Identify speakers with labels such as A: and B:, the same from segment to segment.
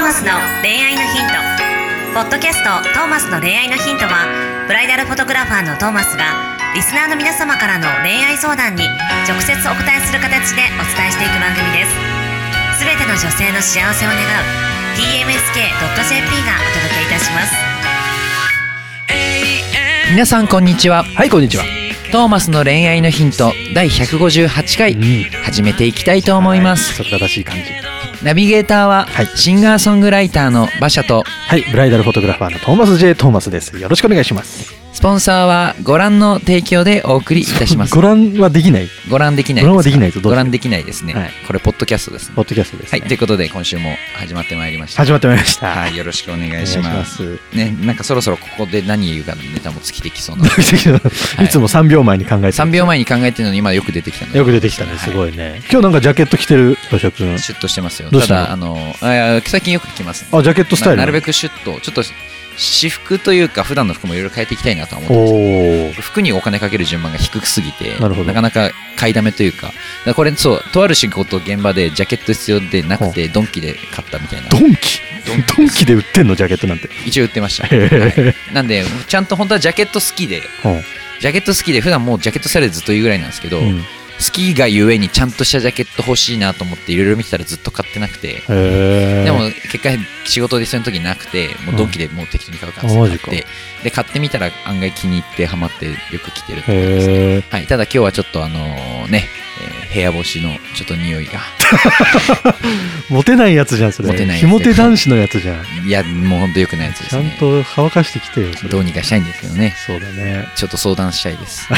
A: マスの恋愛のヒント」ポッドキャスト「トーマスの恋愛のヒントは」ブライダルフォトグラファーのトーマスがリスナーの皆様からの恋愛相談に直接お答えする形でお伝えしていく番組ですすべての女性の幸せを願う tmsk.jp がお届けいたします
B: 皆さんこんにちは
C: はいこんにちは、
B: トーマスの恋愛のヒント第158回始めていきたいと思います
C: それが正しい感じ
B: ナビゲーターは
C: はい
B: シンガーソングライターの馬車と
C: はいブライダルフォトグラファーのトーマス J トーマスですよろしくお願いします
B: スポンサーはご覧の提供でお送りいたします
C: ご覧はできない
B: ご覧できない
C: ご覧はできないぞどうぞ
B: ご覧できないですね、
C: はい
B: これポッドキャストですね
C: ポッドキャストです、
B: は
C: ね、
B: いということで今週も始まってまいりました
C: 始まってまいりました
B: はいよろしくお願いし
C: お願
B: ま
C: い
B: す
C: し
B: ねなんかそろそろここで何言うかのネタも尽きてきそうな
C: いつも3秒前に考えてます
B: 3秒前に考えてるのに今よく出てきたので
C: よく出てきたねすごいね、今日なんかジャケット着てる馬車くんあ
B: シュッとしてますよ
C: どうしたたの
B: だあのあいや最近よく着ますね
C: ジャケットスタイル
B: ななるべ
C: く
B: くシュッとちょっと私服というか普段の服もいろいろ変えていきたいなとは思っ
C: お
B: てます
C: お
B: 服にお金かける順番が低すぎて
C: なるほど
B: かなか買いだめというかだからこれそうとある仕事現場でジャケット必要でなくてドンキで買ったみたいな
C: ドンキドンキで売ってんのジャケットなんて
B: 一応売ってま した、
C: へー
B: はいなんでちゃんと本当はジャケット好きでジャケット好きで普段もうジャケットスタイルでずっと言うぐらいなんですけど、
C: うんうんへ
B: 好きがゆえにちゃんとしたジャケット欲しいなと思っていろいろ見てたらずっと買ってなくて
C: え
B: でも結果仕事でその時なくてもうドンキでもう適当に買うからっつ
C: あ
B: っ
C: マ
B: て買
C: ジか
B: ってで買ってみたら案外気に入ってハマってよく着てるって感じですね
C: へえ
B: はい、ただ今日はちょっとあのね、えー部屋干しのちょっと匂いが
C: モテないやつじゃんそれ
B: モテないやつ
C: ひもて男子のやつじゃん
B: いやもうほんと良くないやつで
C: ち
B: す
C: ゃん
B: ね
C: と乾かしてきてよそれ
B: どうにかしたいんですけどね
C: そうだね
B: ちょっと相談したいです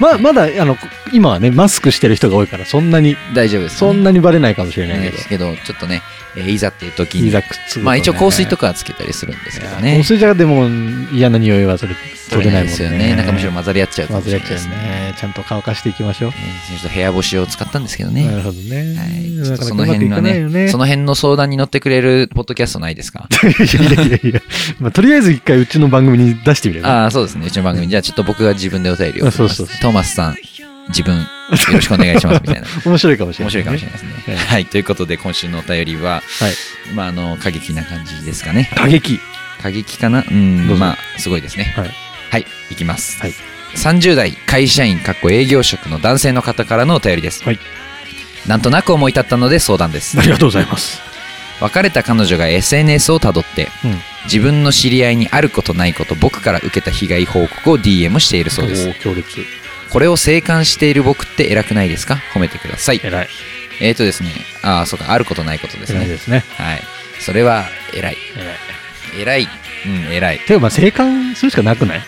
C: まあまだあの今はねマスクしてる人が多いからそんなに
B: 大丈夫です、ね、
C: そんなにバレないかもしれない
B: ない
C: け
B: です
C: ど
B: けどちょっとね、えーいざっていう時
C: い
B: に
C: ざくっつくとね
B: まあ一応香水とかはつけたりするんですけど
C: いや
B: ね
C: 香水じゃでも嫌な匂いはそれ取れないもんね
B: ですよねなんかむしろ混ざり合っちゃうか
C: ま
B: もし
C: ずや
B: れ
C: っ
B: ない
C: ち
B: です
C: ゃうよ
B: ね
C: ねちゃんと乾かしていきましょう
B: えーちょっと部屋干しを使ったんですけどね
C: なるほどね
B: はい、ちょ
C: な
B: っと
C: か
B: その
C: なかうまく
B: 辺
C: い
B: の
C: かないよ
B: ね、
C: ね
B: その辺の相談に乗ってくれるポッドキャストないですか
C: いやいやいやいやまあとりあえず一回うちの番組に出してみれば
B: ああ、そうですね。うちの番組。じゃあちょっと僕が自分でお便りを送ります
C: そうそうそ
B: トーマスさん、自分、よろしくお願いします。みたい な。
C: 面白いかもしれ
B: 面
C: な
B: 白
C: い
B: いかもし
C: れ
B: れないです
C: ええ
B: ね。はい。ということで、今週のお便りは、
C: ない
B: まあ、あの、過激な感じですかね。
C: 過激
B: 過激かなう、
C: どうんぞ
B: まあ、すごいですね。
C: はい
B: はい。いきます。
C: はい
B: 30代会社員、かっこ営業職の男性の方からのお便りです。
C: はい
B: なんとなく思い立ったので相談です
C: あ。りがとうございます
B: 別れた彼女が SNS をたどって、
C: うん
B: 自分の知り合いにあることないこと僕から受けた被害報告を DM しているそうです
C: おー強烈
B: これを静観している僕って偉くないですか褒めてください
C: 偉い
B: えーとですねああそうかあることないことです
C: 偉い
B: ね
C: ですね
B: はいそれは偉い
C: 偉い
B: 偉いうん偉い
C: てかまあ生還するしかなくない、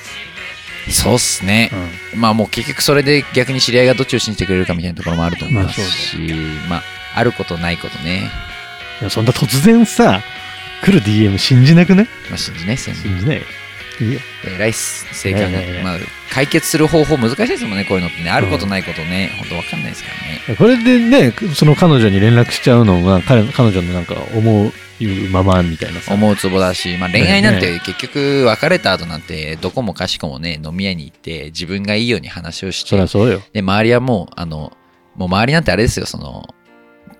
B: そうっすねまあもう結局それで逆に知り合いがどっちを信じてくれるかみたいなところもあると思いますしまああることないことね、
C: いやそんな突然さ来る DM 信じなくね
B: まあ、信じないですよね
C: 信じないいいよ
B: 偉いっす正解が、
C: いやいやいや
B: まあ、解決する方法難しいですもんねこういうのってねあることないことね、ほん、本当わかんないですからね
C: これでねその彼女に連絡しちゃうのが彼彼女のなんか思うままみたいなさ
B: 思うツボだし、まあ、恋愛なん
C: ね
B: て結局別れた後なんてどこもかしこもね飲み屋に行って自分がいいように話をし
C: そりゃ
B: て
C: そうよ
B: で周りはもうあのもう周りなんてあれですよその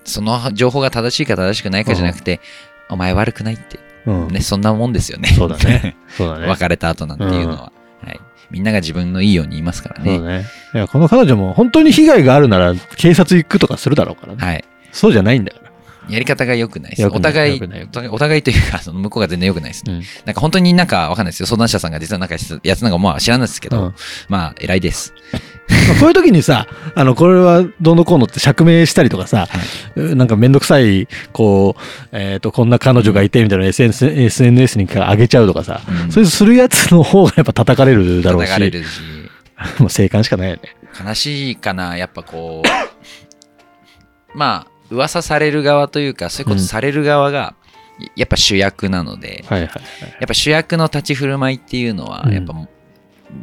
B: その情報が正しいか正しくないかじゃなくて、お前悪くないって、
C: うん、
B: ね、そんなもんですよね
C: そう だねそうだね
B: 別れた後なんていうのは、はい、みんなが自分のいいように言いますから
C: そう
B: ね
C: だねいやこの彼女も本当に被害があるなら警察行くとかするだろうからね、
B: はい
C: そうじゃないんだから、
B: やり方が良くないです。
C: 良くない
B: お互い
C: 良くない良く
B: お互い、お互いというか、その向こうが全然良くないですね。なんか本当になんかわかんないですよ。相談者さんが実はなんかやつなんかまあ知らないですけど、
C: うん
B: まあ偉いです。
C: まあこういう時にさ、あの、これはどうのこうのって釈明したりとかさ、なんかめんどくさい、こう、えっ、と、こんな彼女がいてみたいな SNS, SNS に上げちゃうとかさ、
B: うん
C: そういうするやつの方がやっぱ叩かれるだろう
B: 叩かれ
C: し、
B: るし、
C: もう生還しかないよね。
B: 悲しいかな、やっぱこう、まあ、噂される側というか、そういうことされる側が、やっぱ主役なので、
C: はいはい
B: やっぱ主役の立ち振る舞いっていうのは
C: う、ん
B: やっぱ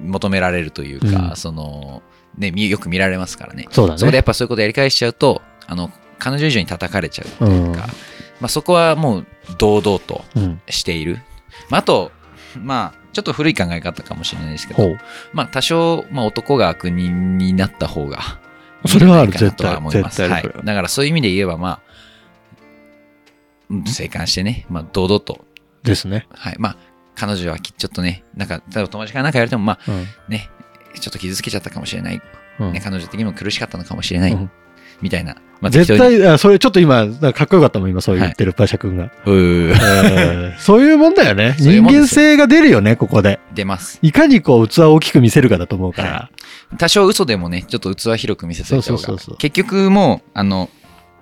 B: 求められるというか、
C: うん
B: その、ね、みよく見られますからね。
C: そうだね。
B: そこでやっぱそういうことやり返しちゃうと、あの、彼女以上に叩かれちゃうというか、
C: うん
B: まあそこはもう堂々と
C: うん。
B: している。まあ、あと、まあ、ちょっと古い考え方かもしれないですけ
C: ほ
B: ど、
C: う。
B: まあ多少、まあ男が悪人になった方がいいん
C: そ
B: じゃ
C: れは
B: な
C: あ
B: い
C: る、
B: かな
C: 絶
B: とは
C: 対。
B: 思いま
C: 絶
B: す。
C: 対あ
B: は
C: る
B: い
C: これは。
B: だからそういう意味で言えば、まあ、うん生還してね、まあ、堂々と、
C: ですね。
B: はい、まあ、彼女はきちょっとね、なんか、例えば友達からなんか言われても、ま
C: うん。
B: あ、ね、ちょっと傷つけちゃったかもしれない。
C: うん
B: ね、彼女的にも苦しかったのかもしれない。
C: うん
B: みたいな。まあ、
C: 絶
B: 適当に。
C: 対、あそれちょっと今、なんかかっこよかったもん、今そう言ってる、馬車くんが。
B: うー
C: うんそういうもんだよね。
B: そういう
C: 人
B: もんですよ
C: 間性が出るよね、ここで。
B: 出ます。
C: いかにこう、器を大きく見せるかだと思うから。
B: 多少嘘でもね、ちょっと器広く見せといた方が。
C: そうそうそうそう
B: 結局もう、あの、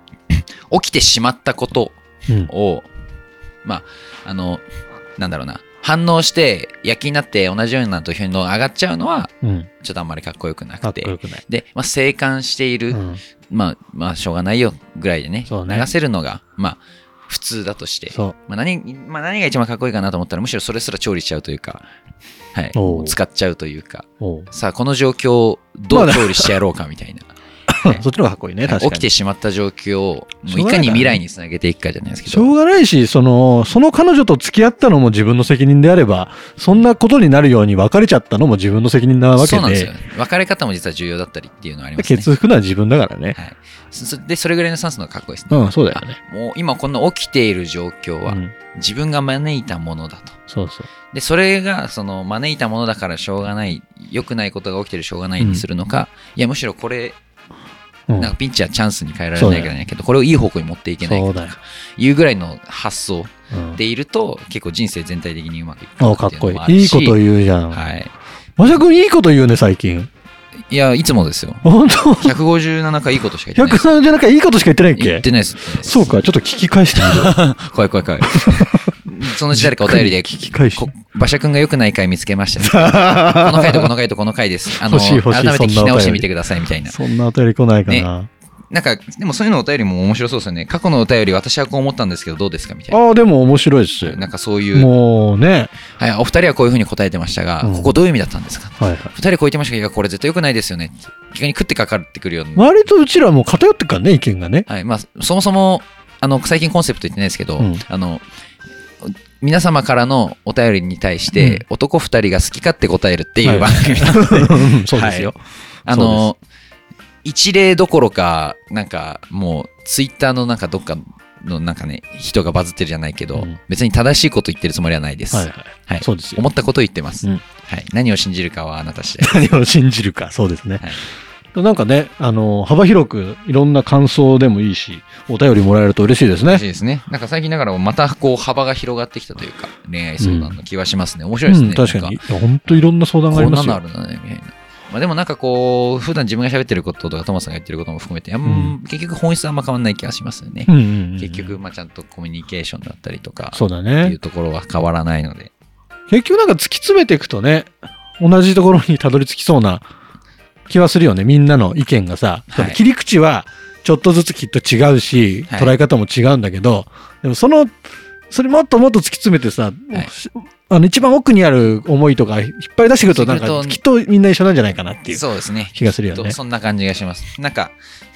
B: 起きてしまったこと
C: うん。
B: を、まあ、あの、なんだろうな、反応して、焼きになって同じような土俵に上がっちゃうのは、
C: うん。
B: ちょっとあんまりかっこよくな
C: かっ
B: く
C: こ
B: て。
C: よくない。
B: で、まあ、生還している、
C: うん
B: まあ、まあ、しょうがないよ、ぐらいでね、
C: そうね
B: 流せるのが、まあ、普通だとして、
C: そう。
B: まあ何まあ、何が一番かっこいいかなと思ったらむしろそれすら調理しちゃうというか、はい、
C: おう
B: 使っちゃうというか
C: おう
B: さあこの状況をどう調理してやろうかみたいな、
C: そっちの方がかっこいいね、
B: はい
C: 確かに。
B: 起きてしまった状況をも
C: し
B: う
C: ょう
B: いか
C: がないからね
B: に未来につなげていくかじゃないですけ
C: しょ
B: ど
C: うがないし、その、その彼女と付き合ったのも自分の責任であれば、そんなことになるように別れちゃったのも自分の責任なわけ
B: そうなんですよ
C: で、
B: 別れ方も実は重要だったりっていうのはありますね
C: 結服なのは自分だからね。
B: はい、そそでそれぐらいのスタンスの方がかっこいいですね、
C: うん、そうだよね。
B: もう今この起きている状況
C: う
B: は
C: ん、
B: 自分が招いたものだと
C: そうそう。
B: でそれがその招いたものだからしょうがない良くないことが起きてるしょうがないにするのか、いやむしろこれ
C: うん
B: なんかピンチはチャンスに変えられないからねけど、これをいい方向に持っていけない
C: そ
B: か
C: うだよ。
B: いうぐらいの発想
C: うん
B: でいると、結構人生全体的にうまくいく
C: あかっこいい。いいこと
B: う
C: 言うじゃ
B: のもある
C: ん。
B: し。はい。
C: まさくんいいこと言うね、最近。
B: いや、いつもですよ。
C: 本当
B: 157回いいことしか言ってないです。
C: 100じゃなんかいいことしか言ってないっ
B: 言っ
C: け
B: てないです。言ってないです
C: そうか、。ちょっと聞き返してみる。
B: 怖い怖い怖い。 そのうち誰かお便りで、
C: 聞き返し
B: こ馬車くんが良くない回見つけました、この回とこの回とこの回です。あの、
C: 欲しい欲しい
B: 改めて聞
C: そん
B: き
C: なお便り
B: 直してみてくださいみたいな。
C: そんなお便り来ないかな。
B: なんか、でもそういうのお便りも面白そうですよね。過去のお便り、私はこう思ったんですけど、どうですかみたいな。
C: ああ、でも面白いですよ。
B: なんかそういう
C: もうね。
B: はい、お二人はこういうふうに答えてましたが、
C: うん
B: ここどういう意味だったんですか
C: はいはい。
B: 二人はこう言ってましたけど、いやこれ絶対良くないですよね。逆に食ってかかってくるような。
C: 割とうちらも偏ってっからね、意見がね。
B: はい、まあ、そもそも、あの、最近コンセプト言ってないですけど、
C: うん
B: あの、皆様からのお便りに対して、
C: うん
B: 男二人が好き勝手答えるってい
C: は
B: う
C: い
B: 番組なので、
C: うん そうですよ。
B: あの、一例どころか、なんか、もう、ツイッターのなんかどっかのなんかね、人がバズってるじゃないけど、
C: うん
B: 別に正しいこと言ってるつもりはないです。
C: はい
B: はい。
C: はい。そうですよ
B: 思。ったことを言ってます。
C: うん
B: はい。何を信じるかはあなた次第。
C: 何を信じるか、 そうですね。
B: はい
C: なんかね、あの、幅広くいろんな感想でもいいし、お便りもらえると嬉しいです
B: 嬉
C: ね
B: しい。ですね。 なんか最近だからまたこう幅が広がってきたというか、恋愛相談の気はしますね。面白いですね。
C: うん、確かに。い
B: なん
C: や本当いろんな相談があ
B: こん
C: りま
B: な
C: す
B: の
C: よ
B: あ。るんだね、みたいな。まあでもなんかこう、普段自分が喋ってることとか、トマスさんが言ってることも含めて、あん結局本質はあんま変わんない気がしますよね。
C: うんうんうん
B: 結局、、まあちゃんとコミュニケーションだったりとか、
C: そうだ
B: ってい
C: ね
B: う。ところは変わらないので。
C: 結局なんか突き詰めていくとね、同じところにたどり着きそうな気はするよね。みんなの意見がさ。
B: はい
C: やっぱ切り口はちょっとずつきっと違うし、
B: はい
C: 捉え方も違うんだけど、でもその、それもっともっと突き詰めてさ、あの一番奥にある思いとか引っ張り出してくるとなん
B: そう
C: か
B: すると
C: きっとみんな一緒なんじゃないかなっていう
B: そうですね。
C: 気がするよね。
B: そんな感じがします。なんか、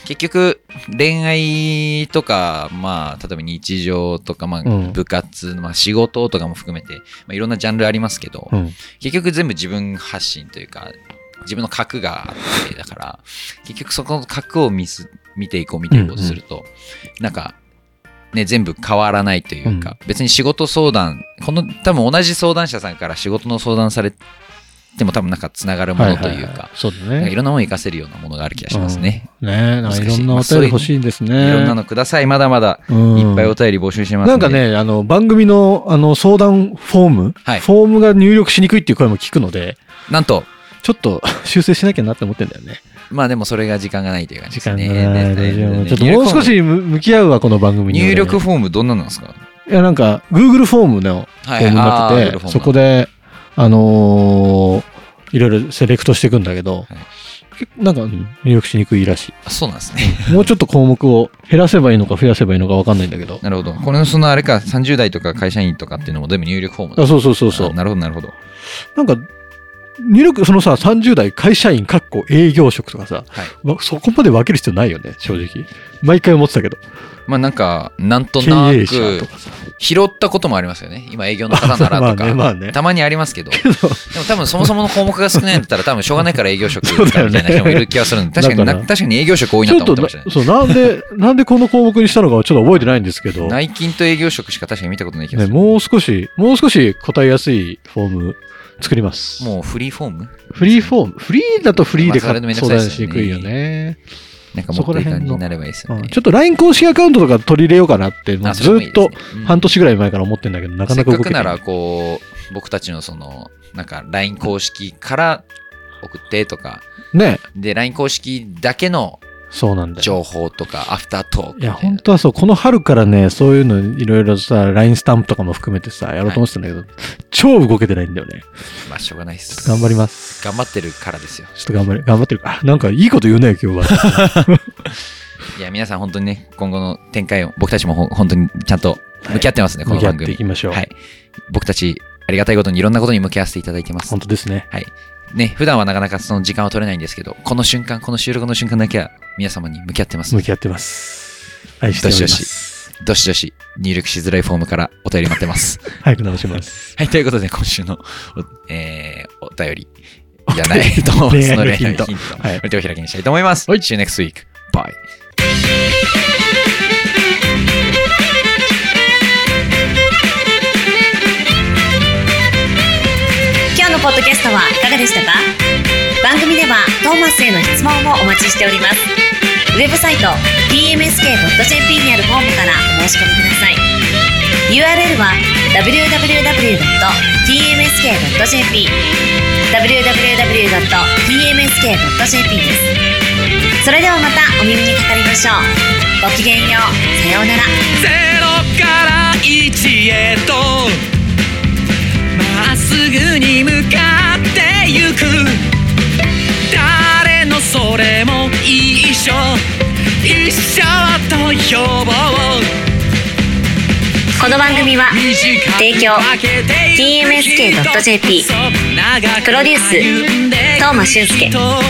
B: 結局、恋愛とか、まあ、例えば日常とか、まあ、
C: うん
B: 部活、まあ、仕事とかも含めて、まあ、いろんなジャンルありますけど、
C: うん、
B: 結局全部自分発信というか、自分の核があって、だから、結局そこの核を見す見ていこう、見ていこうとすると、なんか、ね、全部変わらないというか、別に仕事相談、この、多分同じ相談者さんから仕事の相談されても、多分なんかつながるものというか、
C: はははそうだ
B: なんかい
C: ね。
B: ろんなもの活かせるようなものがある気がしますね。
C: ねなんかいろんなお
B: 難しいまあ
C: 便り欲しいんですね。
B: いろんなのください。まだまだ
C: うん、
B: いっぱいお便り募集してます
C: なん
B: で
C: か、ね、あの、番組の、あの、相談フォーム、
B: はい
C: フォームが入力しにくいっていう声も聞くので、
B: なんと、
C: ちょっと 修正しなきゃなって思ってんだよね。
B: まあでもそれが時間がないという感じ
C: 時
B: です
C: 間が
B: ね。
C: ない。
B: ね
C: 大丈
B: ね
C: 夫ちょっともう少しむ向き合うわ、この番組に、
B: 入力。フォームどんなのなんですか
C: いや、なんか、Google フォームのフォ
B: は
C: ームにな
B: あー
C: っ
B: な
C: て
B: る
C: て、
B: ほど
C: そこで、あのーいろいろセレクトしていくんだけど、
B: はい
C: 結構なんか、うん入力しにくいらし
B: あそうなんですね。
C: い。もうちょっと項目を減らせばいいのか増やせばいいのかわかんないんだけど。
B: なるほど。これのそのあれか、30代とか会社員とかっていうのも全部入力フォーム
C: あそうそうそうそう
B: あ。なるほど、なるほど。
C: なんか、入力、そのさ、30代会社員、かっこ営業職とかさ、
B: はい
C: わそこまで分ける必要ないよね、正直。毎回思ってたけど。
B: まあなんか、なんとな
C: 経営者
B: く
C: と、かさ。
B: 拾ったこともありますよね。今営業の方ならと
C: まあねまあ
B: か
C: ね、
B: たまにありますけど、でも多分そもそもの項目が少ないんだったら、多分しょうがないから営業職みたいな人もいる気がするんで、
C: そうだ
B: 確
C: よ
B: か
C: ね
B: にな、確かに営業職多い
C: ち
B: な
C: ょ
B: と
C: っ
B: 思
C: と
B: ってま
C: な
B: したね。
C: そうなんで なんでこの項目にしたのかはちょっと覚えてないんですけど、ね、
B: 内勤と営業職しか確かに見たことない気がする。
C: もう少しもう少し答えやすいフォーム作ります
B: もうフリーフォーム
C: フリーフォームフリーだとフリーで
B: まあそれでめんど
C: 相
B: くさい
C: 談
B: ですよね
C: しにくいよね、
B: なんかもっといい感じになればいいですよ
C: う
B: ね
C: ん。ちょっと LINE 公式アカウントとか取り入れようかなってもう
B: あ
C: ずっと、
B: それもいいですねうん
C: 半年ぐらい前から思ってんだけどなか
B: せ
C: な
B: っ
C: か動
B: か
C: け
B: く
C: な
B: ないらこう僕たちのそのなんか LINE 公式から送ってとか
C: ね
B: で LINE 公式だけの
C: そうなんだよ
B: 情報とかアフタートークみ
C: い
B: たい
C: や
B: な
C: 本当はそうこの春からねそういうのいろいろさ LINE スタンプとかも含めてさやろうと思ってたんだけど、超動けてないんだよね
B: まあしょうがないです
C: 頑張ります
B: 頑張ってるからですよ
C: ちょっと頑張り頑張ってるかあなんかいいこと言うね今日は
B: いや皆さん本当にね今後の展開を僕たちもほん本当にちゃんと向き合ってますね、
C: 向
B: この
C: き合っ
B: 番
C: て
B: 組
C: いきましょう、
B: はい僕たちありがたいことにいろんなことに向き合わせていただいてます
C: 本当ですね
B: はいね普段はなかなかその時間を取れないんですけどこの瞬間この収録の瞬間だけは皆様に向き合ってますの
C: 向
B: で
C: き合ってます愛しておりま
B: どしど
C: す
B: どしどし入力しづらいフォームからお便り待って ます
C: 早く直します
B: はい、ということで、今週のお、えー、お便り、じゃない、と思いますので、
C: 恋
B: ヒ
C: 愛
B: ン
C: のヒント
B: ト。
C: は
B: はいい、お手を開きにしたいと思います。はい、See you next week. Bye.
A: 「今日のポッドキャストはいかがでしたか番組ではトーマスへの質問もお待ちしておりますウェブサイト tmsk.jp にあるフォームからお申し込みください URL は www.tmsk.jp www.tmsk.jp ですそれではまたお耳にかかりましょうごきげんようさようなら
D: ゼロから一へとまっすぐに向かってゆく誰のそれも一緒一緒と呼ぼう
A: この番組は提供 TMSK.jp プロデュー
D: ス
A: 東間俊介楽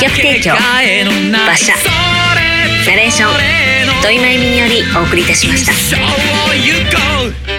A: 曲提供馬車ナレーション土井真由美によりお送りいたしました
D: 一生を行こう